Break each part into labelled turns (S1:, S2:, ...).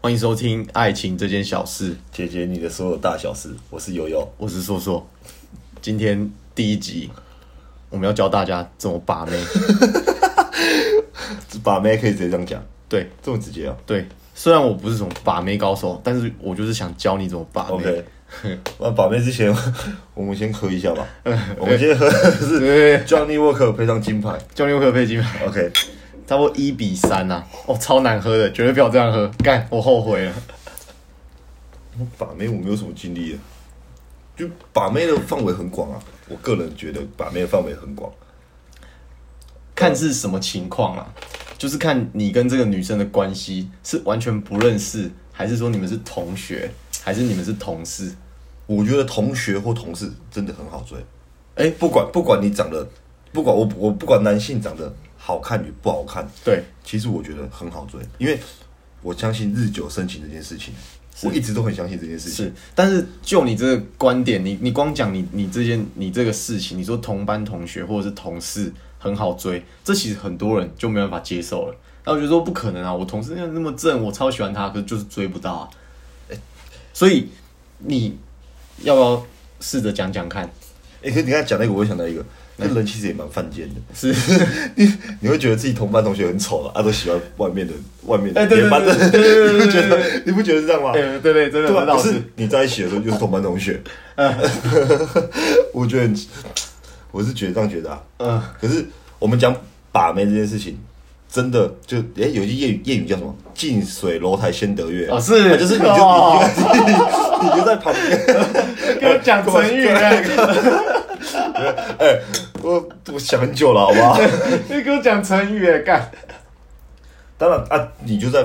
S1: 欢迎收听《爱情这件小事》，
S2: 解决你的所有大小事。我是悠悠，
S1: 我是硕硕。今天第一集，我们要教大家怎么把妹。
S2: 把妹可以直接这样讲，
S1: 对
S2: 这么直接啊
S1: 对，虽然我不是什么把妹高手，但是我就是想教你怎么把妹。
S2: ？OK。那把妹之前， 我们先喝一 下吧。我们先喝
S1: 对
S2: 是
S1: 对对，
S2: Johnny Walker 配上金牌。
S1: 教练可配金牌，
S2: OK，
S1: 差不多一比三呐、啊，哦，超难喝的，绝对不要这样喝，干，我后悔了。
S2: 把妹我没有什么经历的，就把妹的范围很广啊。我个人觉得把妹的范围很广。
S1: 看是什么情况啦，就是看你跟这个女生的关系是完全不认识，还是说你们是同学，还是你们是同事？
S2: 我觉得同学或同事真的很好追。
S1: 哎
S2: 不管不管你长得，不管我我不管男性长得好看与不好看，
S1: 对，
S2: 其实我觉得很好追，因为我相信日久生情这件事情，我一直都很相信这件事情。
S1: 是，但是就你这个观点，你你光讲你你这件你这个事情，你说同班同学或者是同事很好追，这其实很多人就没办法接受了。那我就说不可能啊，我同事那那么正，我超喜欢他，可是就是追不到啊。所以你要不要试着讲讲看？
S2: 哎、可是你刚才讲那个，我又想到一个，那人其实也蛮犯贱的。
S1: 嗯是，
S2: 你你会觉得自己同班同学很丑了，啊，都喜欢外面的外面
S1: 哎
S2: 的
S1: 对
S2: 别班的，
S1: 对对对对
S2: 你不觉
S1: 对
S2: 得你不觉得是这样吗？
S1: 哎、对对，真的，
S2: 对
S1: 真
S2: 啊，
S1: 的
S2: 可
S1: 是
S2: 是你在一起的时候就是同班同学，
S1: 嗯
S2: 我觉得很我是觉得这样觉得啊，
S1: 嗯
S2: 可是我们讲把妹这件事情，真的就哎、有一句谚语谚语叫什么“近水楼台先得月”
S1: 哦是
S2: 啊就是你就、
S1: 哦
S2: 你就你就在旁边，
S1: 给我讲成 语啊呢，
S2: 哎、我我想很久了，好不好？
S1: 你给我讲成语哎，干，
S2: 当然啊，你就在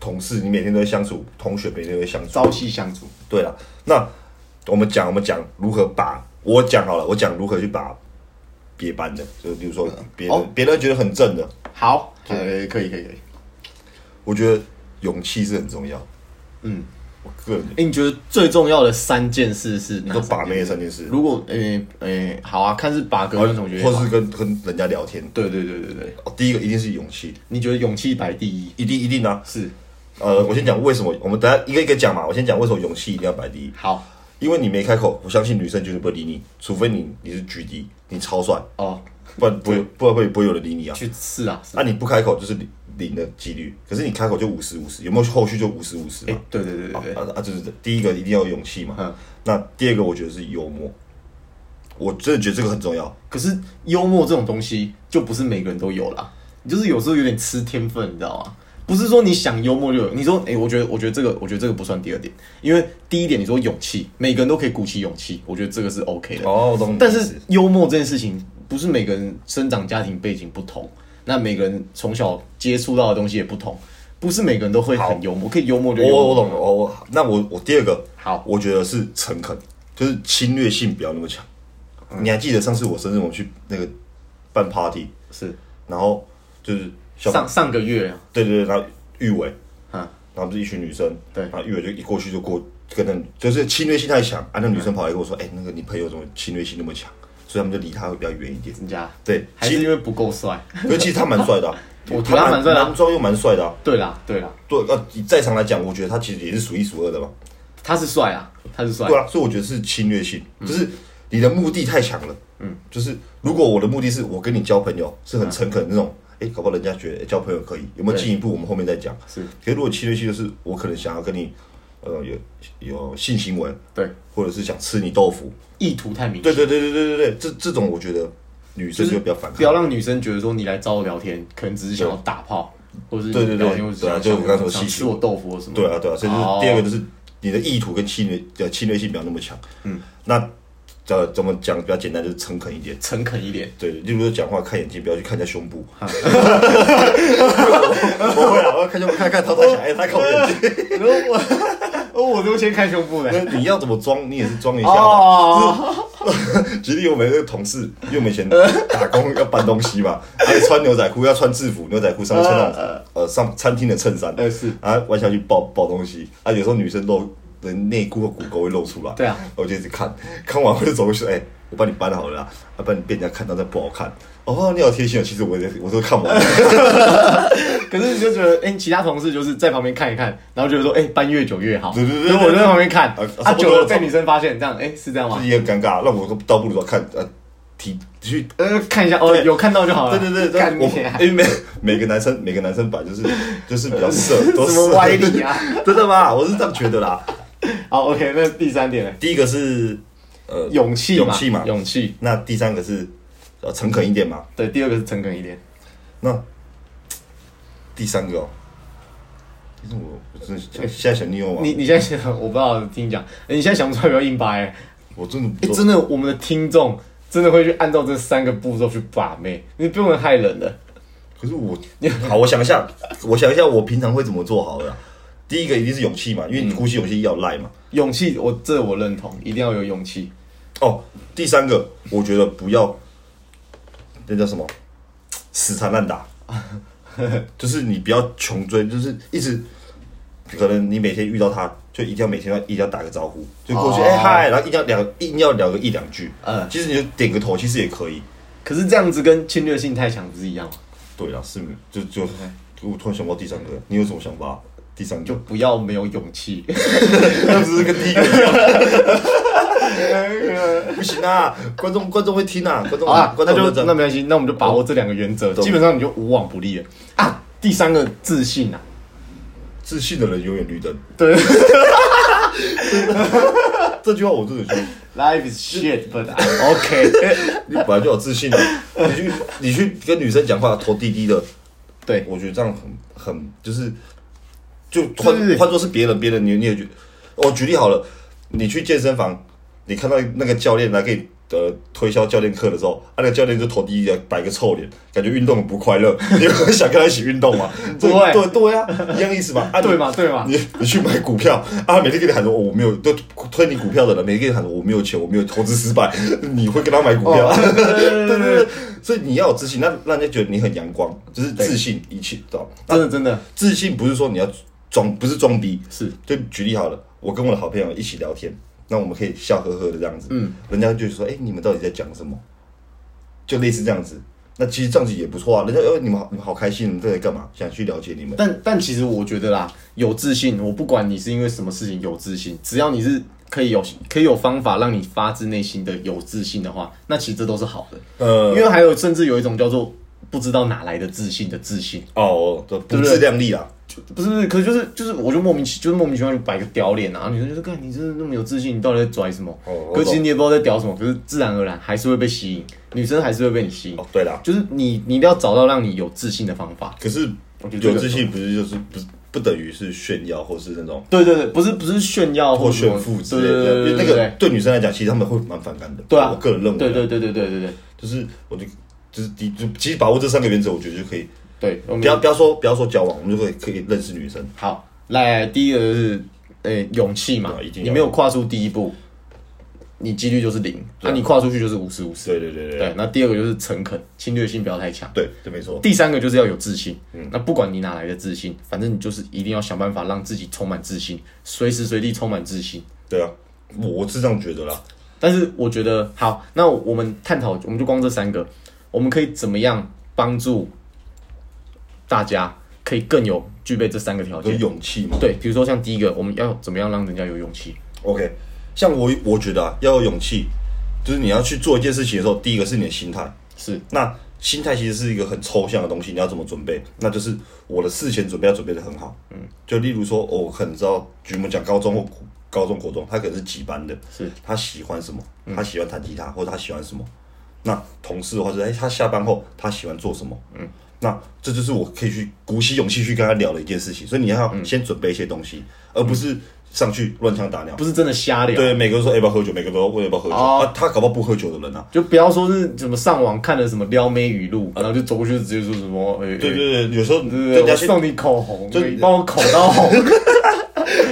S2: 同事，你每天都会相处，同学每天都会相处。
S1: 朝夕相处，
S2: 对了，那我们讲我们讲如何把，我讲好了，我讲如何去把别班的，就比如说别
S1: 哦
S2: 人别、人觉得很正的，
S1: 好，呃，可以可以可以，
S2: 我觉得勇气是很重要。
S1: 嗯。
S2: 我个人觉得
S1: 哎、你觉得最重要的三件事是哪三件
S2: 都
S1: 事
S2: 把妹的三件事，
S1: 如果诶诶、好啊，看是把隔壁同学也好，
S2: 或是跟跟人家聊天，
S1: 对对对对对，
S2: 哦第一个一定是勇气，
S1: 你觉得勇气排第一
S2: 一定一定啊。
S1: 是
S2: 呃，我先讲为什么，我们等下一个一个讲嘛。我先讲为什么勇气一定要摆第一，
S1: 好
S2: 因为你没开口，我相信女生绝对不会理你，除非你你是狙击，你超帅，
S1: 哦，
S2: 不然不会不然会不会有人理你啊。
S1: 去是啊是
S2: 那、你不开口就是零零的几率，可是你开口就五十五十，有没有后续就五十五十
S1: 哎、
S2: 嘛？
S1: 对对对对对，
S2: 啊啊，就是这第一个一定要有勇气嘛
S1: 嗯。
S2: 那第二个我觉得是幽默，我真的觉得这个很重要。
S1: 可是幽默这种东西就不是每个人都有啦，你就是有时候有点吃天分，你知道吗？不是说你想幽默就有，你说哎、我觉得我觉得这个我觉得这个不算第二点，因为第一点你说勇气，每个人都可以鼓起勇气，我觉得这个是 OK 的。
S2: 哦，我懂你的
S1: 但
S2: 意
S1: 是
S2: 思
S1: 幽默这件事情，不是每个人生长家庭背景不同，那每个人从小接触到的东西也不同，不是每个人都会很幽默，可以幽默就幽默。
S2: 我我懂了，我我那我我第二个
S1: 好
S2: 我觉得是诚恳，就是侵略性不要那么强。你还记得上次我生日我去那个办 party，
S1: 是
S2: 然后就是小
S1: 上上个月啊，
S2: 对对对，然后玉伟，
S1: 啊
S2: 然后不是一群女生，
S1: 对
S2: 然后玉伟就一过去就过跟那就是侵略性太强，啊，那女生跑来跟我说，哎、那个你朋友怎么侵略性那么强？所以他们就离他会比较远一 点。
S1: 人家
S2: 对，
S1: 还
S2: 其
S1: 是
S2: 实
S1: 因为不够帅。
S2: 尤其实他蛮帅的啊、
S1: 我觉得他蛮帅的啊
S2: 男装又蛮帅的啊、
S1: 对啦对啦，
S2: 对，呃，以在场来讲，我觉得他其实也是数一数二的嘛。
S1: 他是帅啊，他是帅
S2: 对。啊，所以我觉得是侵略性，就是你的目的太强了。嗯，就是如果我的目的是我跟你交朋友，是很诚恳的那种，哎、搞不好人家觉得、诶交朋友可以，有没有
S1: 对
S2: 进一步，我们后面再讲。
S1: 是，
S2: 可是如果侵略性就是我可能想要跟你，呃，有有性行为，
S1: 对，
S2: 或者是想吃你豆腐，
S1: 意图太明
S2: 对
S1: 显，
S2: 对对对对对对，这这种我觉得女生就比较反
S1: 不
S2: 抗。
S1: 要让女生觉得说你来找我聊天，可能只是想要打炮，或者是
S2: 对对对
S1: 聊天或者
S2: 对啊
S1: 想
S2: 就我刚才说
S1: 想
S2: 细
S1: 吃
S2: 数
S1: 我豆腐或什么。
S2: 对啊，对啊，所以就是第二个
S1: 哦
S2: 就是你的意图跟侵略呃侵略性不要那么强。嗯，那呃怎么讲比较简单，就是诚恳一点。
S1: 诚恳一点，
S2: 对，例如说讲话看眼睛，不要去看人家胸部。我会啊，我要看胸部，看看他在想，哎、他看我眼睛。
S1: 然后 我 我都先看胸部 的。
S2: 你要怎么装，你也是装一下嘛。
S1: 哦，
S2: 举例，我们那个同事，因为我们以前打工要搬东西嘛，而且穿牛仔裤要穿制服，牛仔裤上面穿那种呃上餐厅的衬衫，
S1: 呃是
S2: 啊，弯下去抱抱东西，啊，有时候女生露的内裤和骨沟会露出来，
S1: 对啊，
S2: 我就一直看，看完我就走过去，哎、我帮你搬好了啦， 啊，不然你被人家看到再不好看。哦，你好贴心哦，其实我也我都看完了，
S1: 可是你就觉得，哎、其他同事就是在旁边看一看，然后觉得说，哎、办越久越好。
S2: 对对对
S1: 所
S2: 对
S1: 以我就在旁边看
S2: 呃，
S1: 啊，
S2: 差不多
S1: 久了
S2: 差
S1: 被
S2: 不多
S1: 女生发现，这样，哎、是这样吗
S2: 自？己也很尴尬。那我倒不如说看呃提去
S1: 呃，看一下，哦，
S2: 对
S1: 有看到就好了。
S2: 哎对对对，
S1: 干
S2: 我哎
S1: 你啊
S2: 因为每每个男生每个男生版就是就是比 较色，都
S1: 什
S2: 是
S1: 么歪理啊？
S2: 真的吗？我是这样觉得啦。
S1: 好，OK，那第三点呢，
S2: 第一个是呃
S1: 勇气，
S2: 勇气嘛，
S1: 勇气。
S2: 那第三个是呃诚恳一点嘛，
S1: 对，第二个是诚恳一点。
S2: 那第三个哦，其实我我真的想现在想你有吗
S1: 你？你现在想，我不知道听你讲，哎你现在想不出来不要硬掰、哎
S2: 我真的不
S1: 欸
S2: 知道
S1: 真的，我们的听众真的会去按照这三个步骤去把妹，你不能害人了。
S2: 可是我，好，我想一下，我想一下，我平常会怎么做好了。第一个一定是勇气嘛，因为
S1: 嗯
S2: 你鼓起勇气要赖嘛。
S1: 勇气，我这我认同，一定要有勇气。
S2: 哦，第三个，我觉得不要，那叫什么，死缠烂打， 就是你不要穷追，就是一直，可能你每天遇到他，就一定要每天要一定要打个招呼，就过去
S1: 哦
S2: 哎嗨、然后一定要聊，一定要聊个一两句。
S1: 嗯
S2: 其实你就点个头，其实也可以。
S1: 可是这样子跟侵略性太强不是一样吗？
S2: 对啦，是就就我突然想不到第三个，你有什么想法？第三个
S1: 就 不要没有勇气。
S2: 那只是跟第一个一样。 不行啊，观众观众会听啊，观众
S1: 好 啦，
S2: 观
S1: 那
S2: 众
S1: 就
S2: 会这
S1: 那
S2: 样
S1: 没关系，那我们就把握这两个原则，
S2: 懂
S1: 基本上你就无往不利了啊。第三个自信啊，
S2: 自信的人永远绿灯。
S1: 对
S2: 这句话我真的觉得，
S1: ，Life is shit but I'm OK
S2: 你本来就有自信啊，你去你去跟女生讲话头低低的，
S1: 对。
S2: 我觉得这样很很就是，就
S1: 对
S2: 换
S1: 对
S2: 换做是别人，别人你你也觉得，我举例好了，你去健身房，你看到那个教练来给你呃推销教练课的时候，啊那个教练就头低低的摆个臭脸，感觉运动很不快乐，你会想跟他一起运动吗？
S1: 不会
S2: 对对啊，一样意思嘛，啊你
S1: 对嘛对嘛
S2: 你你去买股票啊，每天跟你喊说、哦我没有，都推你股票的人，每天跟你喊说我没有钱，我没有投资失败， 你会跟他买股 票？哦对对对，所以你要有自信，那让人家觉得你很阳光，就是自信一切，知道吗？
S1: 真的真的，
S2: 自信不是说你要装，不是装逼，
S1: 是
S2: 就举例好了，我跟我的好朋友一起聊天，那我们可以笑呵呵的这样子，嗯，人家就说，哎、你们到底在讲什么？就类似这样子，那其实这样子也不错啊，人家哦、你们好，你们好开心，你们在干嘛？想去了解你们，
S1: 但但其实我觉得啦，有自信，我不管你是因为什么事情有自信，只要你是可以有可以有方法让你发自内心的有自信的话，那其实这都是好的。
S2: 呃
S1: 因，为还有甚至有一种叫做不知道哪来的自信的自信，
S2: 哦，对不
S1: 不对
S2: 自量力啊，
S1: 不是不是，可是就是就是我就莫名其就是莫名其妙就摆个屌脸啊，然后女生就说：“看你真的那么有自信，你到底在拽什么？”
S2: 哦我懂
S1: 可是其实你也不知道在屌什么，可是自然而然还是会被吸引，女生还是会被你吸引。
S2: 哦，对啦，
S1: 就是你你一定要找到让你有自信的方法。
S2: 可是
S1: 我觉得这个
S2: 有自信不是就是不是不等于是炫耀或是那种
S1: 对对对，不是不是炫耀
S2: 或
S1: 或什
S2: 炫
S1: 么
S2: 富之
S1: 对
S2: 类
S1: 对
S2: 的，因
S1: 对
S2: 为那
S1: 对
S2: 个
S1: 对
S2: 对女生来讲，其实他们会蛮反感的。
S1: 对啊
S2: 我个人认为，
S1: 对对对对对对对
S2: 就是我就就是第就其实把握这三个原则，我觉得就可以，
S1: 对，我
S2: 不
S1: 们
S2: 要不要说不要说交往，我们就可以可以认识女生。
S1: 好来第一个就是呃、勇气嘛
S2: 对啊一，定
S1: 你
S2: 要
S1: 没有跨出第一步，你几率就是零，
S2: 啊
S1: 那、你跨出去就是五十五十。
S2: 对对对对
S1: 对，那第二个就是诚恳，侵略性不要太强。
S2: 对，对，没错。
S1: 第三个就是要有自信。
S2: 嗯
S1: 那不管你哪来的自信，反正你就是一定要想办法让自己充满自信，随时随地充满自信。
S2: 对啊，我我是这样觉得啦。
S1: 但是我觉得，好，那我们探讨，我们就光这三个，我们可以怎么样帮助大家可以更有具备这三个条
S2: 有
S1: 件？
S2: 勇气嘛
S1: 对，比如说像第一个，我们要怎么样让人家有勇气？
S2: ？OK，像我我觉得啊，要有勇气，就是你要去做一件事情的时候，第一个是你的心态，
S1: 是
S2: 那心态其实是一个很抽象的东西，你要怎么准备？那就是我的事前准备要准备的很好。嗯，就例如说，哦我可能知道，举我们讲高中或高中国中，他可能是几班的，
S1: 是嗯
S2: 他喜欢什么，他喜欢弹吉他，或者他喜欢什么。那同事的话就是，哎、他下班后他喜欢做什么？嗯，那这就是我可以去鼓起勇气去跟他聊的一件事情。所以你要
S1: 嗯
S2: 先准备一些东西，而不是上去乱枪打鸟。
S1: 不是真的瞎聊？
S2: 对，每个人说哎要不要喝酒，每个人都问要不要喝酒、
S1: 哦
S2: 啊，他搞不好不喝酒的人啊，
S1: 就不要说是什么上网看了什么撩妹语录，然后就走过去直接说什么，哎、
S2: 呃对
S1: 哎
S2: 对对，有时候
S1: 对
S2: 人
S1: 对对，
S2: 家
S1: 我
S2: 去
S1: 送你口红，
S2: 就
S1: 你帮我口到红，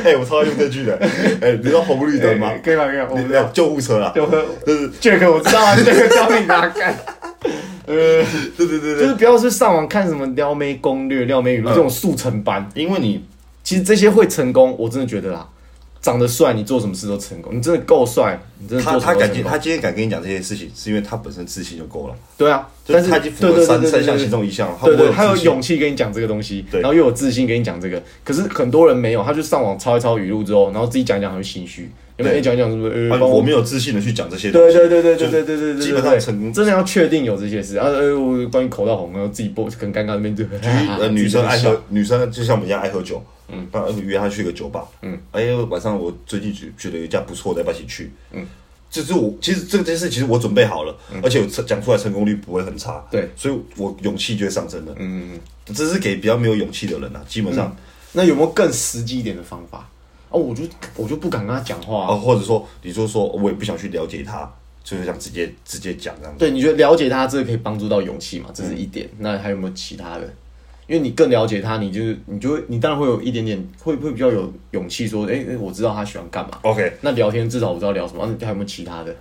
S2: 哎、我超爱用这句的。 哎、你知道红绿灯吗？
S1: 可以吧？可以吧，我
S2: 你
S1: 们
S2: 知道救护车啦，啊
S1: 就喝
S2: 就是，
S1: Jack，我知道啊 ，Jack 教你拿干。呃，
S2: 对对对
S1: 就
S2: 对，
S1: 是不要去上网看什么撩妹
S2: 嗯
S1: 攻略、撩妹语录这种速成班，
S2: 因为你
S1: 其实这些会成功，我真的觉得啦，长得帅，你做什么事都成功。你真的够帅，你真的
S2: 他
S1: 做什
S2: 他
S1: 么都
S2: 敢
S1: 成
S2: 今
S1: 功。
S2: 他今天敢跟你讲这些事情，是因为他本身自信就够了，
S1: 对啊，
S2: 就
S1: 但
S2: 是
S1: 是
S2: 他已经符
S1: 对
S2: 合
S1: 对
S2: 三
S1: 对对
S2: 三项
S1: 对
S2: 行动一项了。
S1: 对对，
S2: 他
S1: 他
S2: 有
S1: 有
S2: 自信
S1: 勇气跟你讲这个东西，
S2: 对
S1: 然后又有自信跟你讲这个。可是很多人没有，他就上网抄一抄语录之后，然后自己讲一讲，很心虚。有没有
S2: 对
S1: 人讲一讲什么？呃
S2: 啊
S1: 帮
S2: 我没有自信的去讲这些东
S1: 对
S2: 西。
S1: 对对对对
S2: 就
S1: 对对对对，
S2: 基本
S1: 对
S2: 上成功
S1: 真的要确定有这些事啊。呃，我关于口到红，然后自己播很尴尬那边就
S2: 呃，
S1: 呃
S2: 女生爱喝，女生就像我们一样爱喝酒，嗯，那约她去个酒吧，嗯，哎，晚上我最近觉觉得有一家不错的，要不要一起去？嗯，就是我其实这件事其实我准备好了，而且我成讲出来成功率不会很差，
S1: 对
S2: 所以我勇气就会上升的，嗯，这是给比较没有勇气的人啊，基本上
S1: 那有没有更实际一点的方法？哦，我就我就不敢跟他讲话、
S2: 啊，
S1: 啊。
S2: 或者说你就说我也不想去了解他，就是想直接直接讲这样子，
S1: 对，你觉得了解他这个可以帮助到勇气嘛？这是一
S2: 嗯
S1: 点。那还有没有其他的？因为你更了解他，你就是你就会你当然会有一点点会会比较有勇气说，哎、哎我知道他喜欢干嘛。
S2: ，OK，
S1: 那聊天至少我知道聊什么。啊、还有没有其他的？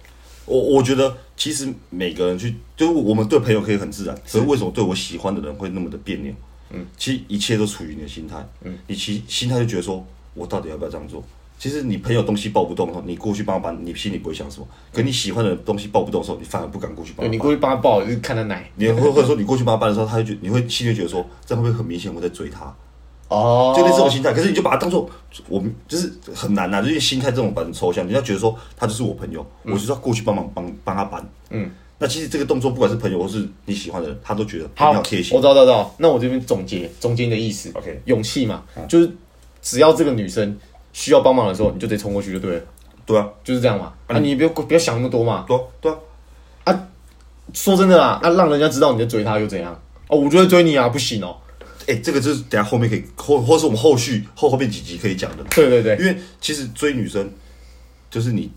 S2: 我我觉得其实每个人去，就是我们对朋友可以很自然，可是为什么对我喜欢的人会那么的别扭？嗯，其实一切都处于你的心态。嗯，你其心态就觉得说，我到底要不要这样做？其实你朋友东西抱不动的时候，你过去帮他搬，你心里不会想什么。可你喜欢的人东西抱不动的时候，你反而不敢过去帮
S1: 对
S2: 他
S1: 你
S2: 搬。
S1: 过去帮他抱，就是看他奶。
S2: 你会或者说你过去帮他搬的时候，他就觉你会心里就觉得说，这样会不会很明显我在追他？
S1: 哦，
S2: 就类似这种心态，可是你就把它当做我们就是很难呐、啊，就是心态这种很抽象，你要觉得说他就是我朋友，
S1: 嗯
S2: 我就是要过去帮忙帮帮他搬。嗯，那其实这个动作不管是朋友或是你喜欢的人，他都觉得
S1: 好，
S2: 很有贴
S1: 我
S2: 心。
S1: 知道，知道，知道。那我这边总结总结你的意思。
S2: OK 啊
S1: 勇气嘛，就是只要这个女生需要帮忙的时候，你就直接冲过去就对了，
S2: 对啊，
S1: 就是这样嘛。啊，你不要不要想那么多嘛。
S2: 对啊，对啊，
S1: 说真的啦，啊，让人家知道你在追她又怎样？哦，我就在追你啊，不行哦。
S2: 哎、这个就是等一下后面可以后或是我们后续后后面几集可以讲的，
S1: 对对对，
S2: 因为其实追女生就是你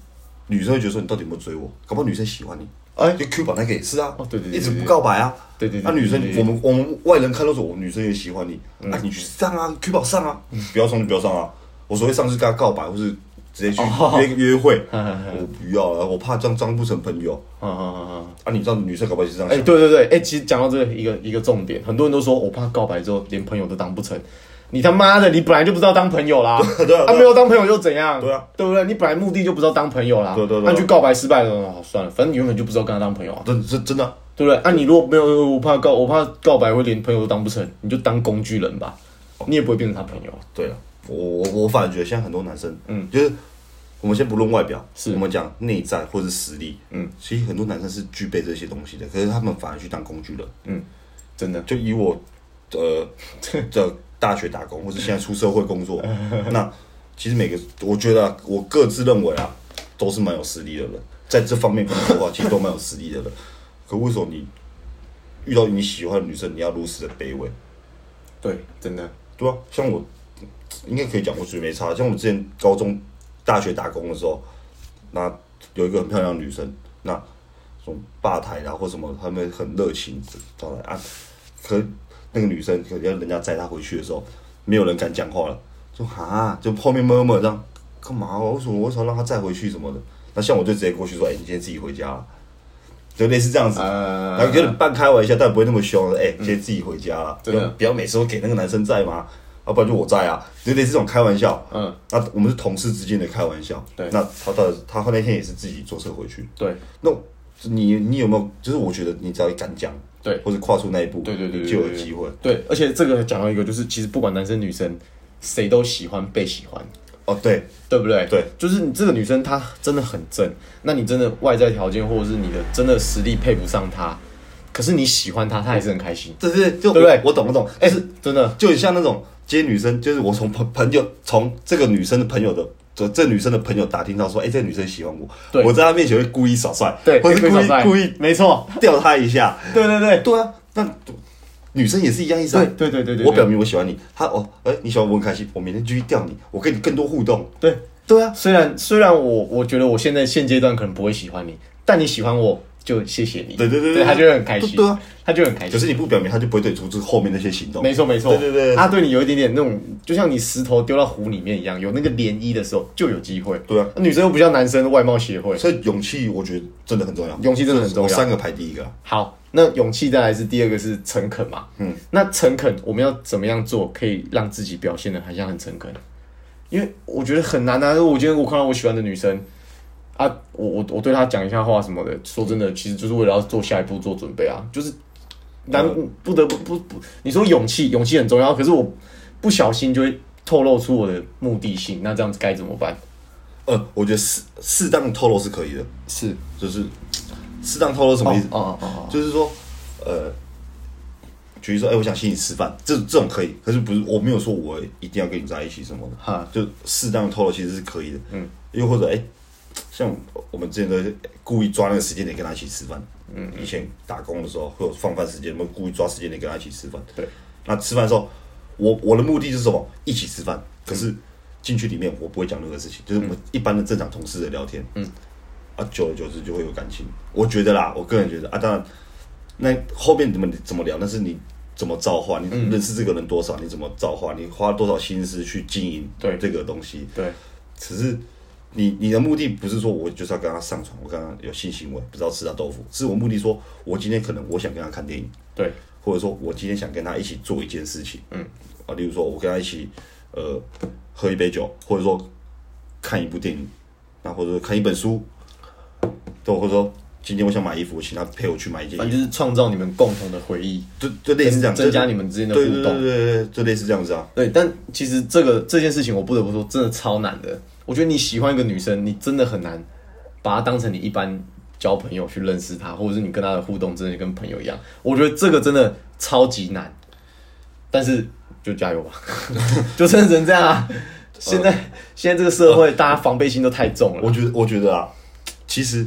S2: 女生会觉得说你到底有没有追我，搞不好女生喜欢你。
S1: 哎
S2: 就 Q 版那个也是啊，
S1: 哦对对对
S2: 一直不告白啊，
S1: 对对对
S2: 那女生
S1: 对对，对嗯
S2: 我们我们外人看到说，我们女生也喜欢你，那你去上啊，Q 宝上啊，不要上就不要上啊。我所谓上是跟她告白，或是直接去
S1: 哦
S2: 约约会，我不要啊了，我怕这样装不成朋友
S1: 嗯嗯嗯嗯。
S2: 啊。你知道女生搞不好也是这样
S1: 哎、
S2: 想，
S1: 对对对，哎、其实讲到这个一个一个重点，很多人都说哦我怕告白之后连朋友都当不成。你他妈的，你本来就不知道当朋友啦，
S2: 对啊对啊
S1: 没有当朋友又怎样？
S2: 对啊，
S1: 对不对？你本来目的就不知道当朋友啦，啊
S2: 对对对
S1: 那你去告白失败了，哦算了，反正你原本就不知道跟他当朋友啊，
S2: 真真真的啊
S1: 对不对？啊，你如果没有，我怕告，我怕告白会连朋友都当不成，你就当工具人吧，你也不会变成他朋友。
S2: 对了，我我我反而觉得现在很多男生，嗯，就是我们先不论外表，
S1: 是
S2: 我们讲内在或是实力，嗯，其实很多男生是具备这些东西的，可是他们反而去当工具人。
S1: 真的，
S2: 就以我呃 的大学打工，或者现在出社会工 作，那其实每个我觉得、啊、我各自认为啊，都是蛮有实力的人，在这方面工作啊，其实都蛮有实力的人。可为什么你遇到你喜欢的女生，你要如此的卑微？
S1: 对，真的，
S2: 对啊，像我应该可以讲，我觉得没差。像我之前高中、大学打工的时候，那有一个很漂亮的女生，那什么吧台啦或什么，他们很热情招来啊。可那个女生，可能要人家载她回去的时候，没有人敢讲话了，就啊，就后面默默这样，干嘛、啊？为什么为什么让她载回去什么的？那像我就直接过去说，哎、你今天自己回家啦就类似这样子。然后
S1: 呃
S2: 有，点半开玩笑，但不会那么凶。哎、今天自己回家了，
S1: 嗯真的
S2: 不要不要每次都给那个男生在嘛，要、不然就我在啊，有点这种开玩笑。
S1: 嗯，
S2: 那我们是同事之间的开玩笑。
S1: 对
S2: 那他到他后那天也是自己坐车回去。
S1: 对，
S2: 那你你有没有？就是我觉得你只要敢讲，
S1: 对
S2: 或者跨出那一步，
S1: 对对对
S2: 你
S1: 对
S2: 就有
S1: 对对
S2: 机会。
S1: 对，而且这个讲到一个，就是其实不管男生女生，谁都喜欢被喜欢。
S2: 哦，对，
S1: 对不对？
S2: 对，
S1: 就是你这个女生她真的很正，那你真的外在条件或者是你的真的实力配不上她，可是你喜欢她，她还是很开心，
S2: 这是就
S1: 对不对
S2: 我懂我懂。哎、是
S1: 真的。
S2: 就很像那种接女生，就是我从朋朋友从这个女生的朋友的。这这女生的朋友打听到说，哎、这个女生喜欢我，
S1: 对
S2: 我在她面前会故意耍帅，
S1: 对，
S2: 或是
S1: 故
S2: 故意
S1: 意
S2: 故意
S1: 没错，
S2: 吊她一下。
S1: 对对对，
S2: 对啊，那女生也是一样意思啊。
S1: 对对对对对
S2: 我表明我喜欢你，她哦，哎、你喜欢我很开心，我明天继续吊你，我跟你更多互动。
S1: 对。
S2: 对啊，
S1: 虽然虽然我我觉得我现在现阶段可能不会喜欢你，但你喜欢我就谢谢你。
S2: 对对对对
S1: 对，她就会很开心，
S2: 对对啊，
S1: 她就会很开心
S2: 可。是你不表明，她就不会对出这后面那些行动。
S1: 没错没错，
S2: 对对对
S1: 他对你有一点点那种，就像你石头丢到湖里面一样，有那个涟漪的时候就有机会。
S2: 对啊，
S1: 女生又不像男生外貌协会，
S2: 所以勇气，我觉得真的很重要。
S1: 勇气真的很重要
S2: 我三个排第一个啊，
S1: 好，那勇气再来是第二个是诚恳嘛，嗯，那诚恳我们要怎么样做可以让自己表现的好像很诚恳？因为我觉得很难啊。我今天我看到我喜欢的女生啊，我我我对她讲一下话什么的，说真的，其实就是为了要做下一步做准备啊，就是难不得不不不，你说勇气，勇气很重要，可是我不小心就会透露出我的目的性，那这样子该怎么办？
S2: 呃，我觉得适适当透露是可以的，
S1: 是，
S2: 就是适当透露什么意思？
S1: 哦哦哦，
S2: 就是说，呃，举例说，哎、我想请你吃饭，这这种可以，可是不是我没有说我一定要跟你在一起什么的，
S1: 哈
S2: 就适当透露其实是可以的，嗯，又或者哎、像我们之前都是故意抓那个时间点跟他一起吃饭，嗯，以前打工的时候会有放饭时间，我们故意抓时间点跟他一起吃饭，
S1: 对，
S2: 那吃饭的时候，我我的目的就是什么？一起吃饭，可是
S1: 嗯
S2: 进去里面我不会讲任何事情，就是我们一般的正常同事的聊天，嗯，啊，久而久之就会有感情，我觉得啦，我个人觉得啊，当然。那后面怎么怎么聊，那是你怎么造化，你
S1: 嗯
S2: 认识这个人多少，你怎么造化，你花多少心思去经营
S1: 对
S2: 这个东西。
S1: 对，
S2: 只是你你的目的不是说我就是要跟他上床，我跟他有性行为，不知道吃他豆腐，是我目的说，我今天可能我想跟他看电影，
S1: 对，
S2: 或者说我今天想跟他一起做一件事情，嗯，啊，例如说我跟他一起呃喝一杯酒，或者说看一部电影，那或者说看一本书，都或者说今天我想买衣服，我请他陪我去买一件衣服
S1: 反正就是创造你们共同的回忆，
S2: 就就类似这样，
S1: 增加
S2: 就
S1: 你们之间的互
S2: 对
S1: 动。
S2: 对对对对，就类似这样子啊。
S1: 对，但其实这个这件事情，我不得不说，真的超难的。我觉得你喜欢一个女生，你真的很难把她当成你一般交朋友去认识她，或者是你跟她的互动真的跟朋友一样。我觉得这个真的超级难，但是就加油吧， 就真的只能这样啊。现在、现在这个社会，大家防备心都太重了。
S2: 我觉得我觉得啊，其实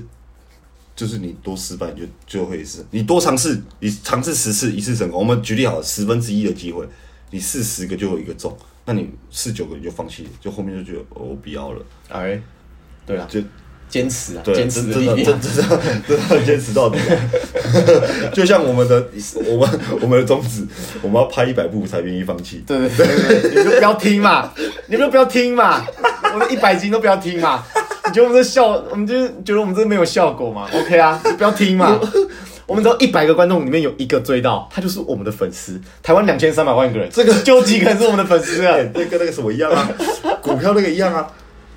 S2: 就是你多失败你就就会是，你多尝试，你尝试十次一次成功。我们举例好了，十分之一的机会，你试十个就有一个中，那你试九个你就放弃，就后面就觉得、哦、我不要了，
S1: 哎，对啊，
S2: 就
S1: 坚持啊，
S2: 对，
S1: 坚
S2: 真
S1: 持
S2: 真
S1: 的力
S2: 的真
S1: 量。
S2: 真的真的坚持到底啊、 就像我们的我们我们的宗旨，我们要拍一百部才愿意放弃。
S1: 对对对，对你们就不要听嘛，你们就不要听嘛，我们一百斤都不要听嘛。你觉得我们这效，我们就是觉得我们这没有效果嘛？OK 啊，就不要听嘛。我们只要一百个观众里面有一个追到，他就是我们的粉丝。台湾两千三百万个人，这个就有几个人是我们的粉丝啊？
S2: 哎，这跟那个什么一样 啊，股票那个一样啊，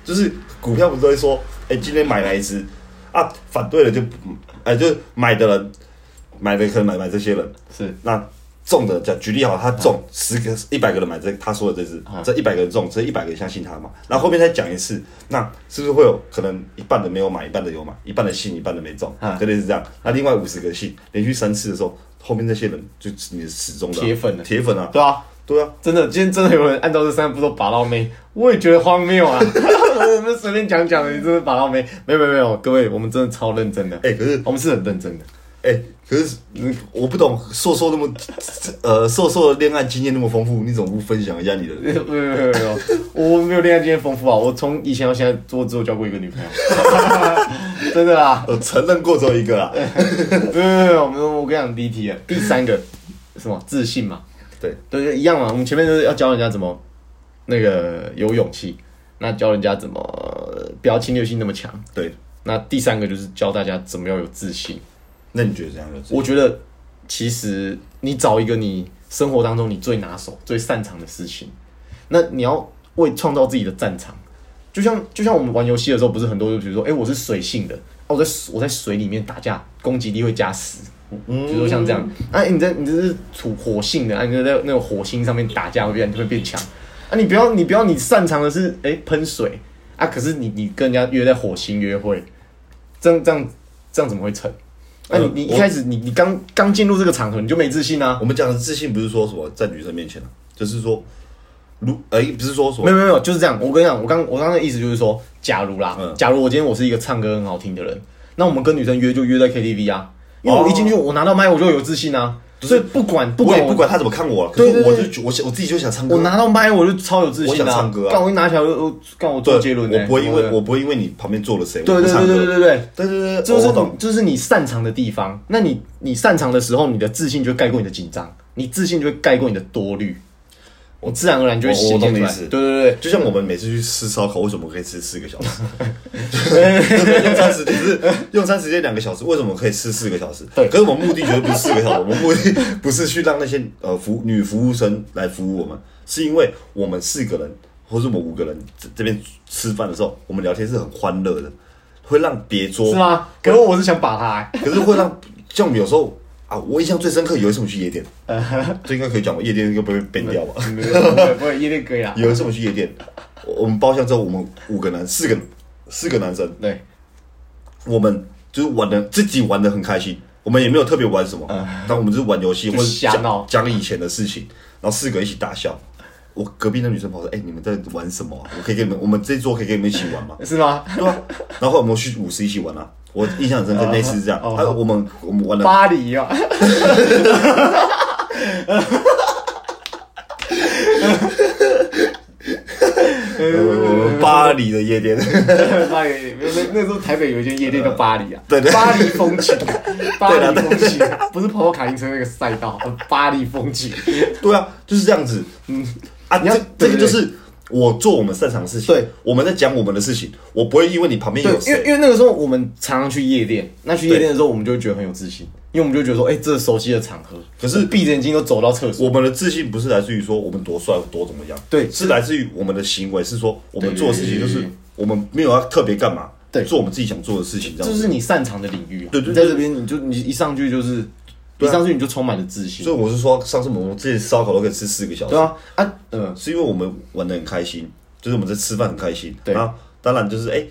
S2: 就是股票不是都会说，哎、今天买哪一只啊？反对了就不，哎、就是买的人，买的可能买买这些人，
S1: 是
S2: 那中的，讲举例好，他中
S1: 嗯
S2: 十个、一百个人买这他说的这只，这一百个人中，这一百个人相信他嘛，然后后面再讲一次，那是不是会有可能一半的没有买，一半的有买，一半的信，一半的没中
S1: 啊，
S2: 就类似这样。那另外五十个信，连续三次的时候，后面那些人就是你的始终的啊
S1: 铁粉了
S2: 铁粉啊，
S1: 对啊，
S2: 对啊，
S1: 真的，今天真的有人按照这三步都把到妹，我也觉得荒谬啊！我们随便讲讲的，你真的把到妹？没有没有没有，各位，我们真的超认真的，
S2: 哎、可是
S1: 我们是很认真的。
S2: 哎、可是嗯我不懂硕硕那么呃硕硕的恋爱经验那么丰富，你怎么不分享一下你的？
S1: 没有没有没有没有，我没有恋爱经验丰富啊！我从以前到现在，我只有交过一个女朋友， 真的啦。
S2: 呃，承认过只有 一个啦，
S1: 没有没有，我们我跟你讲第一题了，第三个什么自信嘛，
S2: 对，
S1: 对对一样嘛。我们前面就是要教人家怎么那个有勇气，那教人家怎么呃不要侵略性那么强。
S2: 对，
S1: 那第三个就是教大家怎么要有自信。
S2: 那你觉得怎样？就是
S1: 我觉得其实你找一个你生活当中你最拿手、最擅长的事情，那你要为创造自己的战场。就像就像我们玩游戏的时候，不是很多就比如说，哎、我是水性的，哦，我在我在水里面打架，攻击力会加十。比如说像这样，啊，你在你这是处火性的，啊，你就在那种火星上面打架会变会变强，啊，你不要你不要你擅长的是哎喷、水啊，可是你你跟人家约在火星约会，这样这样这样怎么会成？那、
S2: 呃
S1: 你你一
S2: 我
S1: 开始你你刚刚进入这个场合你就没自信啊？
S2: 我们讲的自信不是说什么在女生面前啊，就是说，如哎、不是说什
S1: 没
S2: 么
S1: 有没有没有，就是这样。我跟你讲，我刚我刚刚的意思就是说，假如啦，
S2: 嗯
S1: 假如我今天我是一个唱歌很好听的人，那我们跟女生约就约在 KTV 啊，因为我一进去我拿到麦我就有自信啊，所以不管不
S2: 哦我
S1: 管
S2: 也不管他怎么看我啊，可
S1: 对
S2: 是
S1: 对
S2: 我
S1: 对
S2: 就觉我想我自己就想唱歌，
S1: 我拿到麦我就超有自信
S2: 我想唱歌啊
S1: 干我一拿起来我就呃干我周
S2: 对
S1: 杰伦欸，
S2: 我不会因
S1: 什
S2: 为
S1: 么的
S2: 我不会因为你旁边坐了谁，
S1: 对
S2: 我不
S1: 对
S2: 唱
S1: 对对
S2: 歌
S1: 对对对。
S2: 对对对，
S1: 这
S2: 我
S1: 就是
S2: 我懂
S1: 你，，这是你擅长的地方。那你你擅长的时候，你的自信就会盖过你的紧张，你自信就会盖过你的多虑，我自然而然就会
S2: 我我
S1: 显现
S2: 懂
S1: 出
S2: 你
S1: 来
S2: 意。思
S1: 对对对，
S2: 就像我们每次去吃烧烤，为什么可以吃四个小时？用餐时间是用餐时间两个小时，为什么可以吃四个小时？
S1: 对
S2: 可是我们目的绝对不是四个小时，我们目的 不是去让那些呃服女服务生来服务我们，是因为我们四个人或是我们五个人这这边吃饭的时候，我们聊天是很欢乐的，会让别桌
S1: 是啊吗？可是我是想把他、欸，
S2: 可是会让像我们有时候啊，我印象最深刻有一次我们去夜店， 这应该可以讲吧？夜店应该不会被 ban 掉吧？
S1: 没有没有没有不会，夜店可以啦。
S2: 有一次我们去夜店，我我们包厢之后，我们五个男，四个四个男生，
S1: 对，
S2: 我们就是玩的自己玩的很开心，我们也没有特别玩什么，但我们就是玩游戏或
S1: 嗯就
S2: 者
S1: 瞎闹
S2: 讲讲以前的事情，然后四个一起大笑。我隔壁那女生跑说：“哎、你们在玩什么啊、我可以跟你们，我们这一桌可以跟你们一起玩吗？”
S1: 是吗？
S2: 对啊，然后我们去舞狮一起玩啊。我印象很
S1: 哦
S2: 深刻，那次是这样，还有我们我们玩了
S1: 巴黎啊，
S2: 呃巴黎的夜店，
S1: 巴黎没有那那时候台北有一间夜店叫巴黎啊，
S2: 对对
S1: 巴黎风情，巴黎风情，不是跑跑卡丁车那个赛道，巴黎风情，
S2: 对啊，就是这样子。嗯啊，
S1: 你要
S2: 这这个
S1: 对对
S2: 就是我做我们擅长的事情，
S1: 对，
S2: 我们在讲我们的事情，我不会因为你旁边
S1: 对
S2: 有，
S1: 因为
S2: 谁，
S1: 因为那个时候我们常常去夜店，那去夜店的时候，我们就会觉得很有自信，因为我们就觉得说，哎、这是熟悉的场合，
S2: 可是
S1: 闭着眼睛都走到厕所，
S2: 我们的自信不是来自于说我们多帅多怎么样，
S1: 对
S2: 是来自于我们的行为，是说我们
S1: 对
S2: 做的事情就是我们没有要特别干嘛，
S1: 对
S2: 做我们自己想做的事情，这
S1: 这
S2: 样子。
S1: 是你擅长的领域啊。
S2: 对对
S1: 你在
S2: 对
S1: 这边你就你一上去就是，
S2: 对
S1: 一
S2: 啊
S1: 上去你就充满了自信
S2: 所。以我是说，上次我们这些烧烤都可以吃四个小时，
S1: 对啊，啊，呃，
S2: 是因为我们玩的很开心，就是我们在吃饭很开心。
S1: 对
S2: 然后当然就是哎、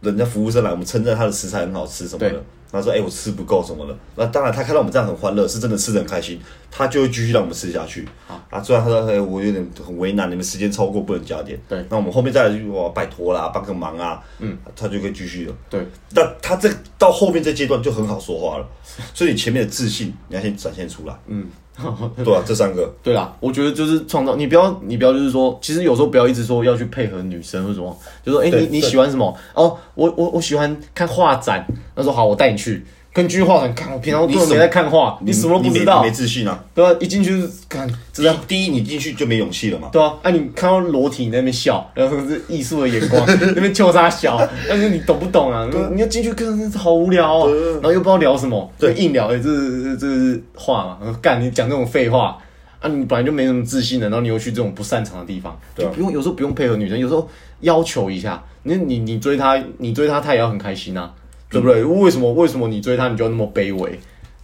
S2: 人家服务生来，我们称赞他的食材很好吃什么
S1: 对
S2: 的，然后说哎、我吃不够什么的。那当然他看到我们这样很欢乐，是真的吃的很开心，他就会继续让我们吃下去。啊，虽然他说哎、我有点很为难，你们时间超过不能加点。
S1: 对
S2: 那我们后面再来就哇拜托啦，帮个忙啊，嗯，他就可以继续了。
S1: 对，
S2: 那他这到后面这阶段就很好说 话了，所以你前面的自信你要先展现出来。嗯，对啊，这三个。
S1: 对啦，我觉得就是创造，你不要，你不要就是说，其实有时候不要一直说要去配合女生或什么，就说，哎、
S2: 对
S1: 你你
S2: 对
S1: 喜欢什么？哦，我我我喜欢看画展，那说好，我带你去。跟去画展看，我平常
S2: 你
S1: 根本
S2: 什
S1: 没
S2: 么
S1: 在看画， 你什么都不
S2: 你没
S1: 知道
S2: 你没，自信啊！
S1: 对吧、一进去就是看，知
S2: 第一
S1: 道，
S2: 第一你进去就没勇气了嘛。
S1: 对啊，啊你看到裸体你在那边笑，然后是艺术的眼 光，那边就他笑，但是你懂不懂啊？你要进去看，真是好无聊哦，
S2: 啊
S1: 然后又不知道聊什么，对，硬聊，哎、这这这是话嘛？然后干，你讲这种废话啊，你本来就没什么自信的，然后你又去这种不擅长的地方，
S2: 对啊
S1: 就不用有时候不用配合女生，有时候要求一下，你你你追她，你追她，她也要很开心啊，对不对？为什么为什么你追她你就要那么卑微？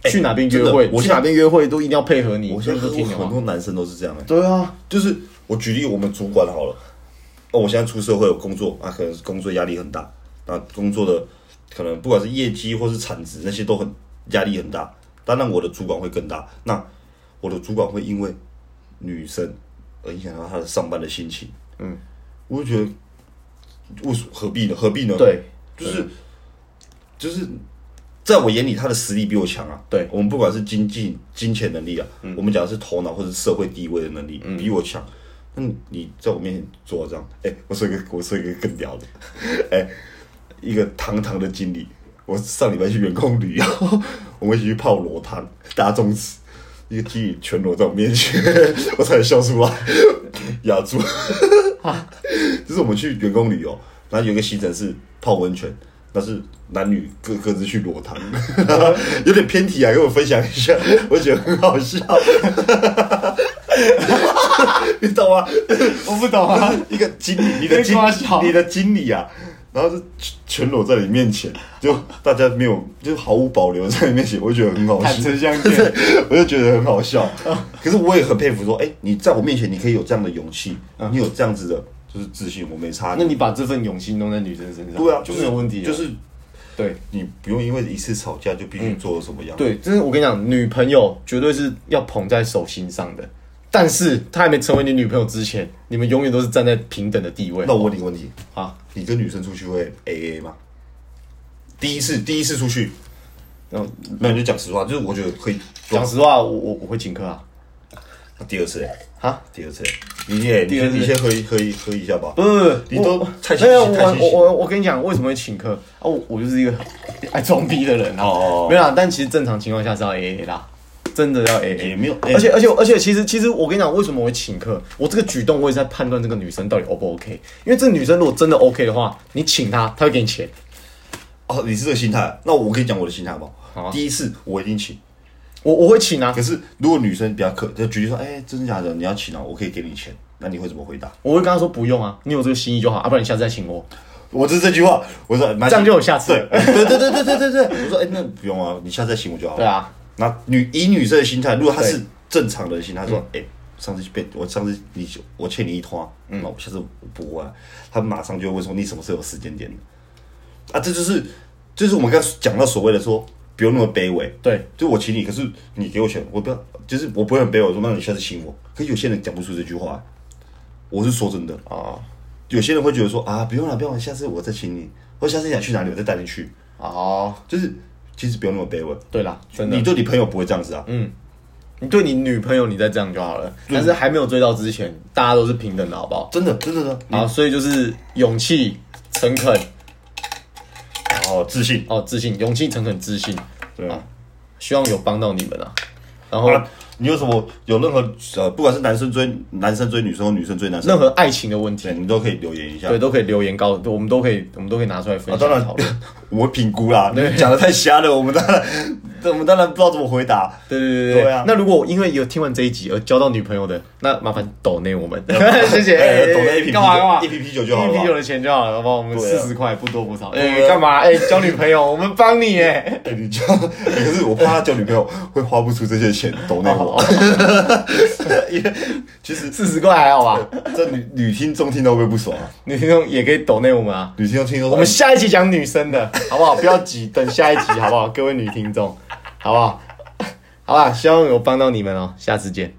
S1: 去哪边约
S2: 欸真的
S1: 会，
S2: 我
S1: 去
S2: 现在
S1: 哪边约会都一定要配合你，
S2: 我现在
S1: 都
S2: 很
S1: 是听你
S2: 很
S1: 话。
S2: 多男生都是这样的、
S1: 对啊，
S2: 就是我举例我们主管好了，哦，我现在出社会有工作啊，可能工作压力很大，那工作的可能不管是业绩或是产值那些都很压力很大，当然我的主管会更大，那我的主管会因为女生而影响到他的上班的心情，
S1: 嗯，
S2: 我就觉得为什何必呢？何必呢？
S1: 对，
S2: 就是就是在我眼里，他的实力比我强啊。
S1: 对嗯
S2: 我们不管是经济、金钱能力啊，我们讲的是头脑或者社会地位的能力，比我强。那你在我面前做到这样，哎、我说一个，我说一个更屌的，哎、一个堂堂的经理，我上礼拜去员工旅游， 我们一起去泡裸汤，大众吃。一个经理全裸在我面前， 我差点笑出来， 哑住。
S1: 啊
S2: 就是我们去员工旅游，然后有一个行程是泡温泉，那是男女各各自去裸 汤，有点偏题啊，跟我分享一下，我觉得很 好笑，你懂吗？
S1: 我不懂 啊。
S2: 一个经理，你的经
S1: 在夸笑
S2: 你的经理啊，然后是全全裸在你面前，就大家没有，就毫无保留在你面前，我觉得很好笑，
S1: 坦诚相见
S2: 我就觉得很好笑。可是我也很佩服，说，哎、你在我面前你可以有这样的勇气，
S1: 嗯
S2: 你有这样子的，就是自信，我没差。
S1: 那你把这份勇气弄在女生身上，
S2: 对啊，
S1: 就
S2: 就是
S1: 没有问题啊。
S2: 就是
S1: 对
S2: 你不用因为一次吵架就必须做什么样。
S1: 嗯对，就是我跟你讲，女朋友绝对是要捧在手心上的，但是她还没成为你女朋友之前，你们永远都是站在平等的地位
S2: 那我问你个问题，
S1: 啊。
S2: 你跟女生出去会 A A 吗？第一次第一次出去，
S1: 然后
S2: 没有你就讲实话，就是我觉得可以做
S1: 讲实话，我我我会请客啊
S2: 那第二次嘞，
S1: 啊！
S2: 第二次嘞，你也你
S1: 第二次
S2: 先你先喝一喝一喝一下吧
S1: 不。是，
S2: 你
S1: 我
S2: 都太
S1: 没有
S2: 太
S1: 我
S2: 太
S1: 我我我跟你讲，为什么会请客啊？我我就是一个爱装逼的人啊。
S2: 哦哦哦
S1: 没有啦，但其实正常情况下是要 A A 啦，真的要 A A。
S2: 也没有，
S1: 而且而且而且，其实其实我跟你讲，为什么我会请客？我这个举动我也在判断这个女生到底 O 不 OK。因为这个女生如果真的 OK 的话，你请她，她会给你钱。
S2: 哦，你是这个心态，那我跟你讲我的心态好不
S1: 好啊
S2: 好？第一次我一定请，
S1: 我我会请啊
S2: 可，是如果女生比较客，就举例说，哎，真的假的？你要请啊，我可以给你钱。那你会怎么回答？
S1: 我会跟他说不用啊，你有这个心意就好，啊，不然你下次再请我，
S2: 我就是这句话，我说
S1: 这样就有下次
S2: 对对对对对对对对，我说哎、那不用啊，你下次再请我就好了。
S1: 对啊，
S2: 那女以女生的心态，如果她
S1: 对
S2: 是正常人的心态，她说：“哎、上次被我上次你我欠你一通啊，那我下次我不还。”她马上就会问说：“你什么时候有时间点的？”啊，这就是就是我们刚才讲到所谓的说不用那么卑微，
S1: 对，
S2: 就我请你，可是你给我钱，我不要，就是我不会很卑微，我说那你下次请我。可是有些人讲不出这句话、我是说真的，
S1: 哦
S2: 有些人会觉得说啊，不用了，不用了，下次我再请你，或下次你想去哪里，我再带你去，
S1: 哦，
S2: 就是其实不用那么卑微。
S1: 对啦，真的嗯
S2: 你，对你朋友不会这样子啊，
S1: 你对你女朋友你再这样就好了，但是还没有追到之前，大家都是平等的好不好？
S2: 真的真的真的。
S1: 好，所以就是勇气、诚恳，
S2: 然后自信，
S1: 哦，自信，勇气、诚恳、自信，
S2: 对啊。
S1: 希望有帮到你们啊。然后
S2: 啊，你有什么有任何呃，不管是男生追男生追女生，或女生追男生，
S1: 任何爱情的问题
S2: 对，，你都可以留言一下。
S1: 对，都可以留言告，我们都可以，我们都可以拿出来分
S2: 啊，
S1: 享
S2: 当然
S1: 讨论。，
S2: 我会评估啦。你讲的太瞎了，我们当然， 我们当然不知道怎么回答。
S1: 对对对对
S2: 对啊
S1: 那如果因为有听完这一集而交到女朋友的，那麻烦抖内我们， 谢谢。
S2: 哎抖内
S1: 内
S2: 一瓶
S1: 干嘛干
S2: 啤酒
S1: 嘛？
S2: 一瓶啤酒就好了
S1: 一瓶啤酒的钱就好了，好不好？我们
S2: 对
S1: 四
S2: 啊
S1: 十块不多不少。
S2: 对
S1: 哎，
S2: 啊
S1: 干嘛？哎，交女朋友，我们帮你哎。
S2: 哎，你这样， 可是我怕他交女朋友会花不出这些钱，懂那 我。因为其实
S1: 四十块还好吧？
S2: 这女女听众听到会不会不爽啊？
S1: 女听众也可以抖内我们啊。
S2: 女听众听到说，哎
S1: 我们下一集讲女生的，好不好？不要急，等下一集好不好？各位女听众，好不好？好吧，希望有帮到你们哦，下次见。